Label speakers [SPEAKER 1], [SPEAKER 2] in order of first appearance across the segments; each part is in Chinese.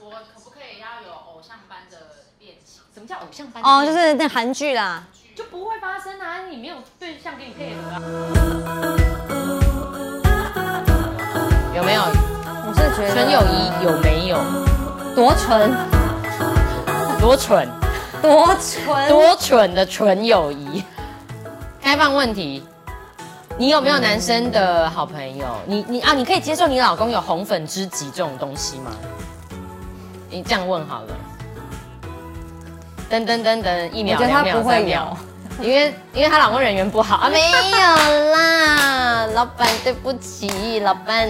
[SPEAKER 1] 我可不可以要有偶像般的恋情？
[SPEAKER 2] 什么叫偶像班的
[SPEAKER 3] 哦，
[SPEAKER 2] 恋
[SPEAKER 3] 就
[SPEAKER 2] 情
[SPEAKER 3] 是那韩剧啦，
[SPEAKER 2] 就不会发生啊，你没有对象给你配合啊。
[SPEAKER 4] 有没有
[SPEAKER 3] 我是觉得
[SPEAKER 4] 纯友谊？有没有
[SPEAKER 3] 多纯
[SPEAKER 4] 多蠢？
[SPEAKER 3] 多纯，
[SPEAKER 4] 多蠢的纯友谊。开放问题，你有没有男生的好朋友？你你啊，你可以接受你老公有红粉知己这种东西吗？你这样问好了。等等等等，一秒、
[SPEAKER 3] 我觉得他
[SPEAKER 4] 两秒、
[SPEAKER 3] 不会
[SPEAKER 4] 三秒，因为因为她老公人缘不好啊， 没有啦，老板对不起，老板。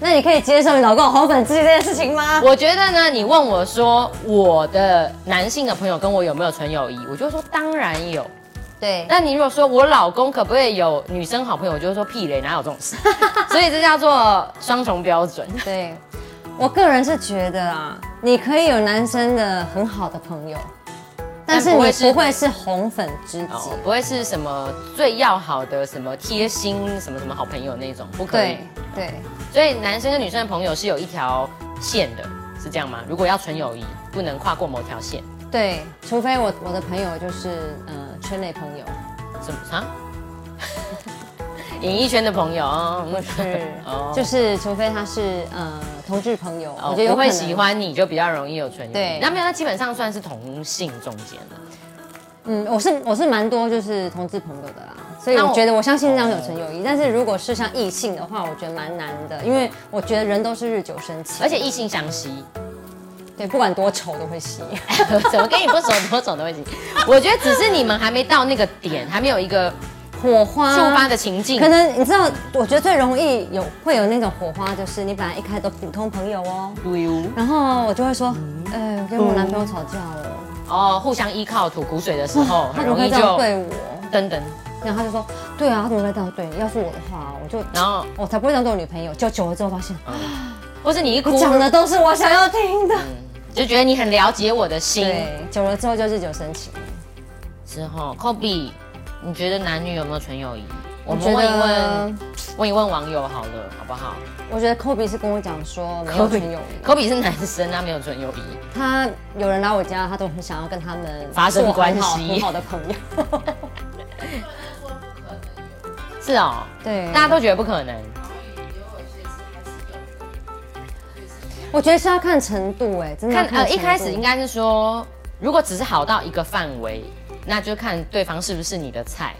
[SPEAKER 3] 那你可以接受你老公有红粉知己这件事情吗？
[SPEAKER 4] 我觉得呢，你问我说我的男性的朋友跟我有没有纯友谊，我就说当然 有。
[SPEAKER 3] 对，
[SPEAKER 4] 那你如果说我老公可不可以有女生好朋友，我就会说屁嘞，哪有这种 事？所以这叫做双重标 准。
[SPEAKER 3] 对，我个人是觉得啊，你可以有男生的很好的朋友，但是
[SPEAKER 4] 但不会
[SPEAKER 3] 你
[SPEAKER 4] 是
[SPEAKER 3] 不会是红粉知己
[SPEAKER 4] 哦，。不会是什么最要好的什么贴心什么什么好朋友那种，不可以
[SPEAKER 3] 对。对，
[SPEAKER 4] 所以男生跟女生的朋友是有一条线的，是这样吗？如果要纯友谊，不能跨过某条线。
[SPEAKER 3] 对，除非我我的朋友就是呃圈内朋友，
[SPEAKER 4] 什么啊？ 演艺圈的朋友，哦
[SPEAKER 3] 不是，
[SPEAKER 4] 哦
[SPEAKER 3] 就是除非他是呃同志朋友，
[SPEAKER 4] 哦
[SPEAKER 3] 我觉得有
[SPEAKER 4] 不
[SPEAKER 3] 可
[SPEAKER 4] 会
[SPEAKER 3] 能
[SPEAKER 4] 喜。欢你就比较容易有纯友谊。
[SPEAKER 3] 对
[SPEAKER 4] 那没有，那基本上算是同性中间了。
[SPEAKER 3] 嗯，我是我是蛮多就是同志朋友的啦，所以
[SPEAKER 4] 那我
[SPEAKER 3] 我觉得我相信这样有纯友谊。但是如果是像异性的话，我觉得蛮难的，因为我觉得人都是日久生情，
[SPEAKER 4] 而且异性相吸，
[SPEAKER 3] 对不管多丑都会吸。
[SPEAKER 4] 怎么跟你不熟多熟的问题？我觉得只是你们还没到那个点，还没有一个
[SPEAKER 3] 火花
[SPEAKER 4] 触发的情境。
[SPEAKER 3] 嗯可能你知道，我觉得最容易有会有那种火花，就是你本来一开始都普通朋友哦，然后我就会说，呃，我跟我男朋友吵架了，
[SPEAKER 4] 哦，互相依靠吐苦水的时候，
[SPEAKER 3] 他
[SPEAKER 4] 很
[SPEAKER 3] 怎么
[SPEAKER 4] 容
[SPEAKER 3] 会
[SPEAKER 4] 易
[SPEAKER 3] 这
[SPEAKER 4] 就
[SPEAKER 3] 样对我？
[SPEAKER 4] 噔噔，
[SPEAKER 3] 然后他就说，对啊，他怎么会这样对你？要是我的话，我就
[SPEAKER 4] 然后
[SPEAKER 3] 我才不会这样对我女朋友。就久了之后发现，
[SPEAKER 4] 啊或是你一
[SPEAKER 3] 我
[SPEAKER 4] 哭，
[SPEAKER 3] 讲的都是我想要听的。
[SPEAKER 4] 就觉得你很了解我的心。
[SPEAKER 3] 对，久了之后就日久生情。
[SPEAKER 4] 之后，Kobe，你觉得男女有没有纯友谊？我们
[SPEAKER 3] 觉
[SPEAKER 4] 问一
[SPEAKER 3] 得
[SPEAKER 4] 问，，问一问网友好了，好不好
[SPEAKER 3] 我觉得 Kobe 是跟我讲说没有纯友谊，
[SPEAKER 4] ？Kobe 是男生，他没有纯友谊。
[SPEAKER 3] 他有人来我家，他都很想要跟他们
[SPEAKER 4] 发生
[SPEAKER 3] 做很好
[SPEAKER 4] 关系
[SPEAKER 3] 很好的朋 友。
[SPEAKER 4] 是哦，
[SPEAKER 3] 对，
[SPEAKER 4] 大家都觉得不可能。
[SPEAKER 3] 我觉得是要看程度哎、真的要
[SPEAKER 4] 看呃，
[SPEAKER 3] 程
[SPEAKER 4] 一
[SPEAKER 3] 度
[SPEAKER 4] 开始应该是说，如果只是好到一个范围，那就看对方是不是你的菜。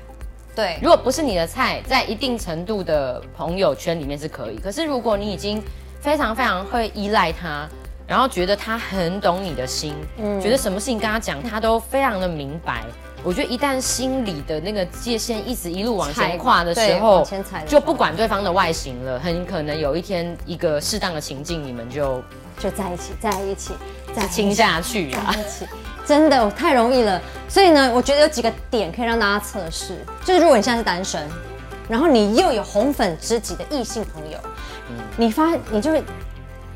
[SPEAKER 3] 对
[SPEAKER 4] 如果不是你的菜，在一定程度的朋友圈里面是可以。可是如果你已经非常非常会依赖他，然后觉得他很懂你的心，
[SPEAKER 3] 嗯
[SPEAKER 4] 觉得什么事情跟他讲，他都非常的明白。我觉得一旦心里的那个界限一直一路往前
[SPEAKER 3] 踩
[SPEAKER 4] 跨的时
[SPEAKER 3] 对
[SPEAKER 4] 候
[SPEAKER 3] 往前踩，的
[SPEAKER 4] 就
[SPEAKER 3] 时
[SPEAKER 4] 不管对方的外形了，很可能有一天一个适当的情境，你们就
[SPEAKER 3] 就在一起，在一起，在一起
[SPEAKER 4] 亲下去啊。
[SPEAKER 3] 在一起，真的太容易了。所以呢，我觉得有几个点可以让大家测试，就是如果你现在是单身，然后你又有红粉知己的异性朋友，你发你就会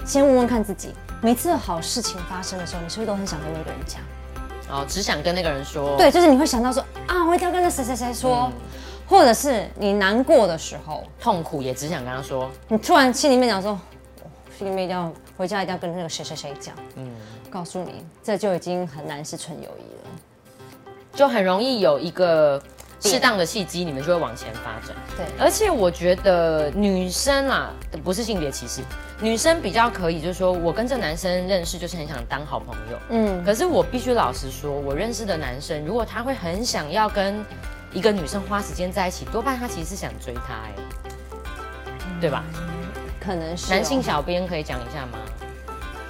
[SPEAKER 3] 先问问看自己，每次有好事情发生的时候，你是不是都很想跟那个人讲？
[SPEAKER 4] 哦，只想跟那个人说。，
[SPEAKER 3] 嗯对，就是你会想到说啊，我一定要跟那谁谁谁说，或者是你难过的时候，
[SPEAKER 4] 痛苦也只想跟他说。
[SPEAKER 3] 你突然心里面讲说，我心里面一定要回家一定要跟那个谁谁谁讲，嗯，告诉你，这就已经很难是纯友谊了。
[SPEAKER 4] 就很容易有一个适当的契机，你们就会往前发展。
[SPEAKER 3] 对
[SPEAKER 4] 而且我觉得女生啊，不是性别歧视，女生比较可以，就是说我跟这男生认识，就是很想当好朋友。
[SPEAKER 3] 嗯，
[SPEAKER 4] 可是我必须老实说，我认识的男生，如果他会很想要跟一个女生花时间在一起，多半他其实是想追她、哎，对吧？
[SPEAKER 3] 可能是哦、
[SPEAKER 4] 男性小编可以讲一下吗？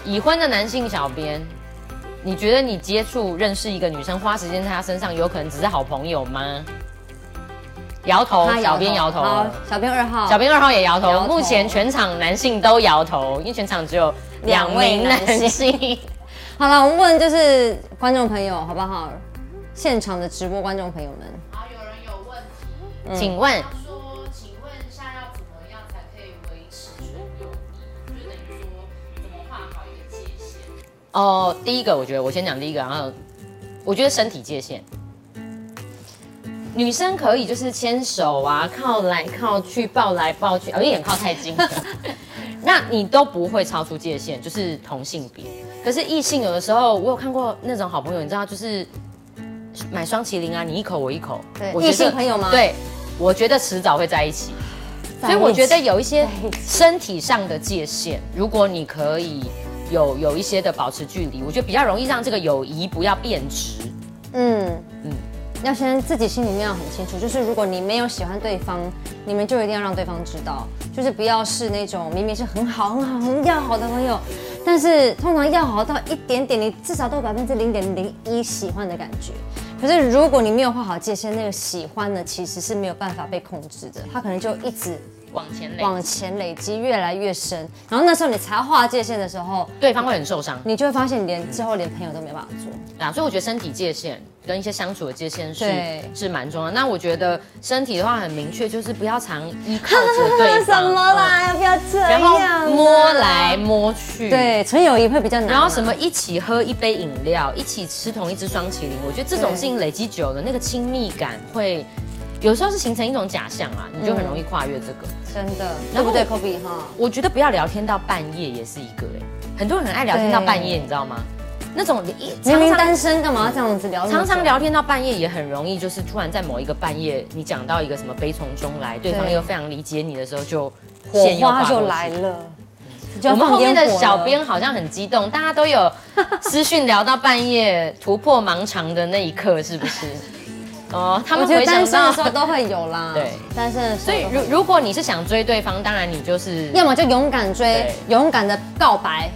[SPEAKER 4] 已婚的男性小编，你觉得你接触认识一个女生，花时间在她身上，有可能只是好朋友吗？哦摇头，小编摇头
[SPEAKER 3] 好
[SPEAKER 4] 了，
[SPEAKER 3] 小编二号，
[SPEAKER 4] 小编二号也摇头。
[SPEAKER 3] 哦摇头
[SPEAKER 4] 目前全场男性都摇头，因为全场只有两名
[SPEAKER 3] 两位
[SPEAKER 4] 男
[SPEAKER 3] 男
[SPEAKER 4] 性。
[SPEAKER 3] 好了，我们问就是观众朋友好不好？现场的直播观众朋友们，
[SPEAKER 1] 好，有人有问题，
[SPEAKER 4] 请问
[SPEAKER 1] 他说，请问一下要怎么样才可以维持纯友谊？就是等于说怎么画好一个界限？
[SPEAKER 4] 哦，第一个我觉得我先讲第一个，然后我觉得身体界限，女生可以 就是牵手啊，靠来靠去，抱来抱去，哦，有点靠太近。那那你都不会超出界限，就是同性别。可是异性有的时候，我有看过那种好朋友，你知道，就是买双麒麟啊，你一口我一口，
[SPEAKER 3] 对
[SPEAKER 4] 我觉得
[SPEAKER 3] 异性朋友吗
[SPEAKER 4] 对，我觉得迟早会在一起。所以我觉得有一些身体上的界限，如果你可以有有一些的保持距离，我觉得比较容易让这个友谊不要变质。
[SPEAKER 3] 嗯
[SPEAKER 4] 嗯
[SPEAKER 3] 嗯，要先自己心里面要很清楚，就是如果你没有喜欢对方，你们就一定要让对方知道，就是不要是那种明明是很好、很好、很要好的朋友，但是通常要好到一点点，你至少都有百分之零点零一喜欢的感觉。可是如果你没有画好界限，那个喜欢呢其实是没有办法被控制的，他可能就一直
[SPEAKER 4] 往前累，
[SPEAKER 3] 往前累积，越来越深。然后那时候你才要画界限的时候，
[SPEAKER 4] 对方会很受伤。
[SPEAKER 3] 你就会发现连之后连朋友都没办法做。
[SPEAKER 4] 啊，所以我觉得身体界限跟一些相处的界限是
[SPEAKER 3] 对
[SPEAKER 4] 是蛮重要。那我觉得身体的话很明确，就是不要常依靠 着对方，
[SPEAKER 3] 什么
[SPEAKER 4] 嗯？
[SPEAKER 3] 啦？要不要这样
[SPEAKER 4] 然后
[SPEAKER 3] 啊？
[SPEAKER 4] 摸来摸去，。
[SPEAKER 3] 对，纯友谊会比较难啊。
[SPEAKER 4] 然后什么一起喝一杯饮料，一起吃同一只双麒麟，我觉得这种事情累积久了，那个亲密感会有时候是形成一种假象啊，
[SPEAKER 3] 嗯
[SPEAKER 4] 你就很容易跨越这个。
[SPEAKER 3] 真的，对
[SPEAKER 4] 然
[SPEAKER 3] 不
[SPEAKER 4] 后
[SPEAKER 3] 对，Kobe 哈？
[SPEAKER 4] 我觉得不要聊天到半夜也是一个哎、很多人很爱聊天到半夜，你知道吗？那种你一
[SPEAKER 3] 明明
[SPEAKER 4] 常常
[SPEAKER 3] 单身，干嘛这样子聊？
[SPEAKER 4] 常常，聊天到半夜也很容易，就是突然在某一个半夜，你讲到一个什么悲从中来，对方
[SPEAKER 3] 对
[SPEAKER 4] 又非常理解你的时候，就
[SPEAKER 3] 火
[SPEAKER 4] 线又划
[SPEAKER 3] 花
[SPEAKER 4] 过
[SPEAKER 3] 就
[SPEAKER 4] 去
[SPEAKER 3] 来。了。就要
[SPEAKER 4] 我们
[SPEAKER 3] 放
[SPEAKER 4] 后面的
[SPEAKER 3] 烟火了
[SPEAKER 4] 小编好像很激动，大家都 有私讯聊到半夜，突破盲肠的那一刻，是不是？哦，他
[SPEAKER 3] 我
[SPEAKER 4] 们
[SPEAKER 3] 觉得
[SPEAKER 4] 回
[SPEAKER 3] 单
[SPEAKER 4] 想
[SPEAKER 3] 身的时候
[SPEAKER 4] 到，
[SPEAKER 3] 都会有啦。
[SPEAKER 4] 对
[SPEAKER 3] 单身的时候
[SPEAKER 4] 所以
[SPEAKER 3] 都会有，
[SPEAKER 4] 如如果你是想追对方，当然你就是
[SPEAKER 3] 要么就勇敢追
[SPEAKER 4] 对，
[SPEAKER 3] 勇敢的告白，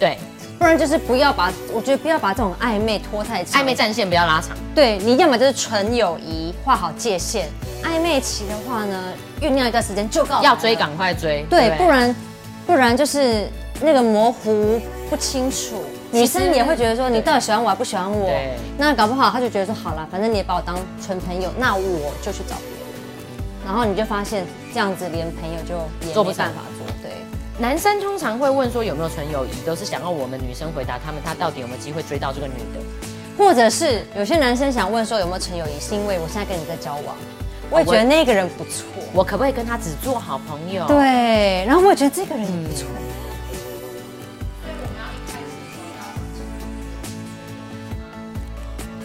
[SPEAKER 4] 对
[SPEAKER 3] 不然就是不要把，我觉得不要把这种暧昧拖太长。
[SPEAKER 4] 暧昧战线不要拉长。
[SPEAKER 3] 对你要么就是纯友谊，画好界限。暧昧期的话呢，酝酿一段时间就告白
[SPEAKER 4] 嗯要
[SPEAKER 3] 了
[SPEAKER 4] 追赶快追，
[SPEAKER 3] 哦对，
[SPEAKER 4] 不
[SPEAKER 3] 不然不然就是那个模糊不清楚，
[SPEAKER 4] 其实
[SPEAKER 3] 女生也会觉得说你到底喜欢我还不喜欢我
[SPEAKER 4] 对？
[SPEAKER 3] 那搞不好她就觉得说好啦，反正你也把我当纯朋友，那我就去找别人。然后你就发现这样子连朋友就也
[SPEAKER 4] 做
[SPEAKER 3] 没
[SPEAKER 4] 哦不成
[SPEAKER 3] 办法做，对，
[SPEAKER 4] 男生通常会问说有没有纯友谊，都是想要我们女生回答他们，他到底有没有机会追到这个女的。
[SPEAKER 3] 或者是有些男生想问说有没有纯友谊，是因为我现在跟你在交往，
[SPEAKER 4] 哦
[SPEAKER 3] 我也觉得那个人不错，
[SPEAKER 4] 我可不可以跟他只做好朋友？，
[SPEAKER 3] 对，然后我也觉得这个人也不错，
[SPEAKER 1] 所以我们要一开始就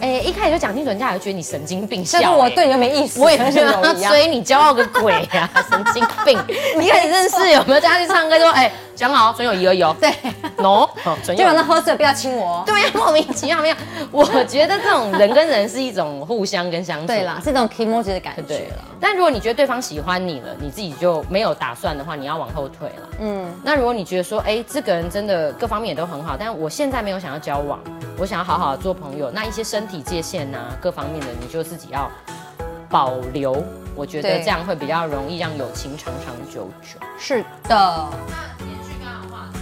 [SPEAKER 1] 要
[SPEAKER 4] 哎、一开始就讲清楚，人家也会觉得你神经病笑、
[SPEAKER 3] 但是我
[SPEAKER 4] 哎
[SPEAKER 3] 对，你又没意思，
[SPEAKER 4] 我也
[SPEAKER 3] 可能
[SPEAKER 4] 觉
[SPEAKER 3] 是
[SPEAKER 4] 得
[SPEAKER 3] 有啊一样
[SPEAKER 4] 所以你骄傲个鬼呀、神经病！你看你认识有没有叫他去唱歌？说哎，讲、好纯友谊而已哦。
[SPEAKER 3] 对，
[SPEAKER 4] ，no，哦 纯
[SPEAKER 3] 就
[SPEAKER 4] 友
[SPEAKER 3] 让他
[SPEAKER 4] 谊。
[SPEAKER 3] 喝醉，不要亲我哦。
[SPEAKER 4] 对呀、莫名其妙，没有。我觉得这种人跟人是一种互相跟相处。
[SPEAKER 3] 对啦，，这种 k i m o j i 的感
[SPEAKER 4] 对
[SPEAKER 3] 觉
[SPEAKER 4] 了
[SPEAKER 3] 啦。。
[SPEAKER 4] 但如果你觉得对方喜欢你了，你自己就没有打算的话，你要往后退了。
[SPEAKER 3] 嗯，
[SPEAKER 4] 那如果你觉得说，哎、这个人真的各方面也都很好，但我现在没有想要交往，我想要好好的做朋友，那一些身体界限呐、各方面的，你就自己要保留。我觉得
[SPEAKER 3] 对
[SPEAKER 4] 这样会比较容易让友情长长久久。
[SPEAKER 3] 是的，
[SPEAKER 1] 那延续刚刚的话题，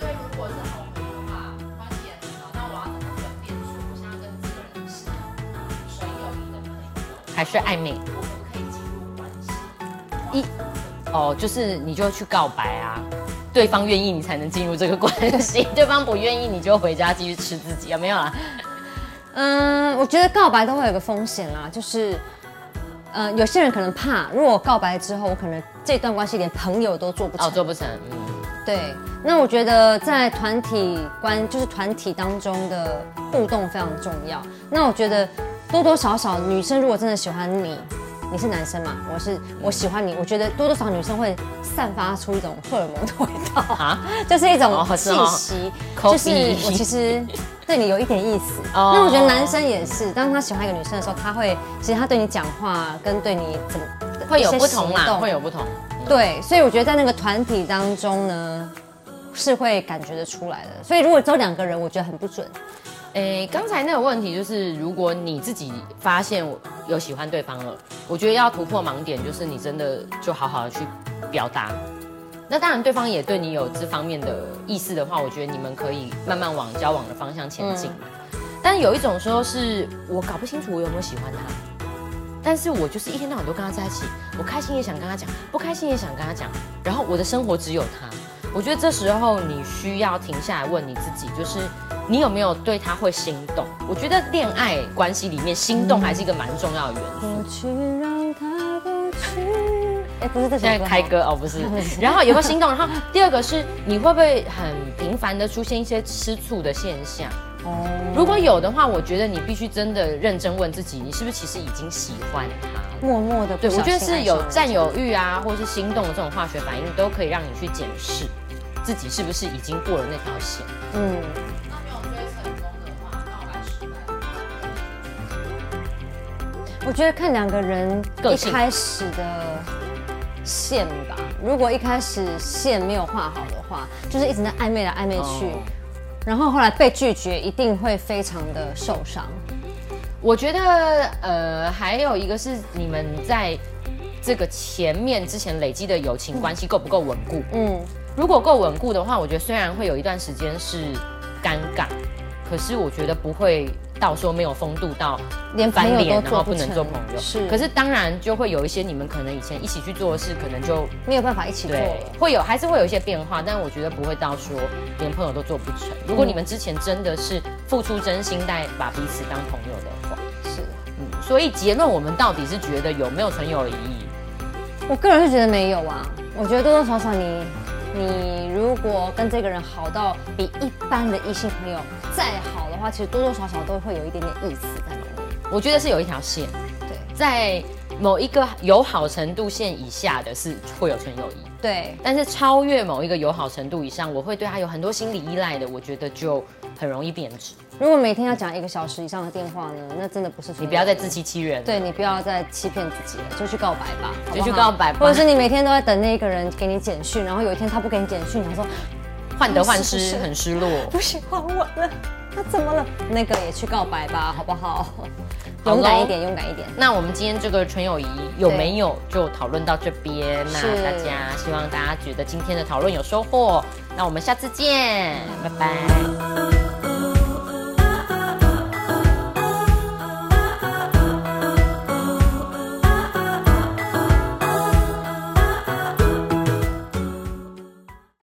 [SPEAKER 1] 所以如果是好朋友的话，关系也很好，那我要怎么分辨出我现在跟这个人是纯友谊的朋友，
[SPEAKER 4] 还是暧昧
[SPEAKER 1] 我们可以进入关系？
[SPEAKER 4] 哦，就是你就去告白啊，对方愿意你才能进入这个关系， 对方不愿意你就回家继续吃自己，有没啊有啦？
[SPEAKER 3] 嗯，我觉得告白都会有个风险啦，就是，呃，有些人可能怕，如果我告白之后，我可能这段关系连朋友都做不成。
[SPEAKER 4] 哦，做不成，嗯，
[SPEAKER 3] 对，那我觉得在团体关就是团体当中的互动非常重要。那我觉得多多少少女生如果真的喜欢你，你是男生嘛，我是我喜欢你，我觉得多多少少女生会散发出一种荷尔蒙的味道
[SPEAKER 4] 啊
[SPEAKER 3] 啊，就是一种
[SPEAKER 4] 哦是
[SPEAKER 3] 气
[SPEAKER 4] 哦
[SPEAKER 3] 息，
[SPEAKER 4] 口
[SPEAKER 3] 就是
[SPEAKER 4] 鼻
[SPEAKER 3] 我其实 对你有一点意思。
[SPEAKER 4] 哦
[SPEAKER 3] 那我觉得男生也是，当他喜欢一个女生的时候，他会其实他对你讲话跟对你怎么
[SPEAKER 4] 会有
[SPEAKER 3] 一些
[SPEAKER 4] 不同
[SPEAKER 3] 行
[SPEAKER 4] 啦，
[SPEAKER 3] 动
[SPEAKER 4] 会有不同。
[SPEAKER 3] 对，所以我觉得在那个团体当中呢，是会感觉得出来的。所以如果只有两个人，我觉得很不准。
[SPEAKER 4] 诶，刚才那个问题就是，如果你自己发现有喜欢对方了，我觉得要突破盲点，就是你真的就好好的去表达。那当然，对方也对你有这方面的意思的话，我觉得你们可以慢慢往交往的方向前进嘛。但有一种说是我搞不清楚我有没有喜欢他，但是我就是一天到晚都跟他在一起，我开心也想跟他讲，不开心也想跟他讲，然后我的生活只有他。我觉得这时候你需要停下来问你自己，就是你有没有对他会心动？我觉得恋爱关
[SPEAKER 3] 嗯
[SPEAKER 4] 系里面心动还是一个蛮重要的元素。
[SPEAKER 3] 过去让它过去。哎，不是这首歌
[SPEAKER 4] 现在开歌哦，不是。 然后有没有心动？然后第二个是你会不会很频繁的出现一些吃醋的现象？
[SPEAKER 3] 哦，
[SPEAKER 4] 如果有的话，我觉得你必须真的认真问自己，你是不是其实已经喜欢他？
[SPEAKER 3] 默默的，
[SPEAKER 4] 对，我觉得是有占有欲啊，或是心动的这种化学反应，都可以让你去检视自己是不是已经过了那条线。
[SPEAKER 3] 嗯，
[SPEAKER 1] 那没有追成功的话，那我来失败吧。
[SPEAKER 3] 我觉得看两个人
[SPEAKER 4] 个
[SPEAKER 3] 一
[SPEAKER 4] 性
[SPEAKER 3] 开始的线吧。如果一开始线没有画好的话，就是一直在暧昧来暧昧去，
[SPEAKER 4] 哦
[SPEAKER 3] 然后后来被拒绝，一定会非常的受伤。
[SPEAKER 4] 我觉得呃，还有一个是你们在这个前面之前累积的友情关系够不够稳固？
[SPEAKER 3] 嗯，
[SPEAKER 4] 如果够稳固的话，我觉得虽然会有一段时间是尴尬，可是我觉得不会到说没有风度到
[SPEAKER 3] 连朋
[SPEAKER 4] 翻
[SPEAKER 3] 友
[SPEAKER 4] 脸，
[SPEAKER 3] 都
[SPEAKER 4] 然
[SPEAKER 3] 做
[SPEAKER 4] 后
[SPEAKER 3] 不
[SPEAKER 4] 不能
[SPEAKER 3] 成
[SPEAKER 4] 做朋友。
[SPEAKER 3] 是
[SPEAKER 4] 可是当然就会有一些你们可能以前一起去做的事，可能就
[SPEAKER 3] 没有办法一起做
[SPEAKER 4] 对
[SPEAKER 3] 了。
[SPEAKER 4] 会有还是会有一些变化，但我觉得不会到说连朋友都做不成。
[SPEAKER 3] 嗯
[SPEAKER 4] 如果你们之前真的是付出真心，待把彼此当朋友的话，
[SPEAKER 3] 是，
[SPEAKER 4] 嗯，所以结论我们到底是觉得有没有纯友谊？
[SPEAKER 3] 我个人是觉得没有啊。我觉得多多少少你，你如果跟这个人好到比一般的异性朋友再好的话，其实多多少少都会有一点点意思在里面。
[SPEAKER 4] 我觉得是有一条线。
[SPEAKER 3] 对
[SPEAKER 4] 在某一个友好程度线以下的是会有纯友谊，
[SPEAKER 3] 对，
[SPEAKER 4] 但是超越某一个友好程度以上，我会对他有很多心理依赖的，我觉得就很容易贬值。
[SPEAKER 3] 如果每天要讲一个小时以上的电话呢，那真的不是
[SPEAKER 4] 你不要再自
[SPEAKER 3] 己，
[SPEAKER 4] 欺欺人，，
[SPEAKER 3] 对你不要再欺骗自己了，就去告白吧，好不
[SPEAKER 4] 就
[SPEAKER 3] 好
[SPEAKER 4] 去告白吧
[SPEAKER 3] 或者是你每天都在等那个人给你简讯，然后有一天他不给你简讯，你想说
[SPEAKER 4] 患得患
[SPEAKER 3] 是是
[SPEAKER 4] 失，
[SPEAKER 3] 是
[SPEAKER 4] 很失落。
[SPEAKER 3] 不喜欢我了，他怎么了？那个也去告白吧，好不好？
[SPEAKER 4] 好咯
[SPEAKER 3] 勇敢一点，勇敢一点。
[SPEAKER 4] 那我们今天这个纯友谊有没有就讨论到这边？那
[SPEAKER 3] 是
[SPEAKER 4] 大家希望大家觉得今天的讨论有收获，那我们下次见，拜拜。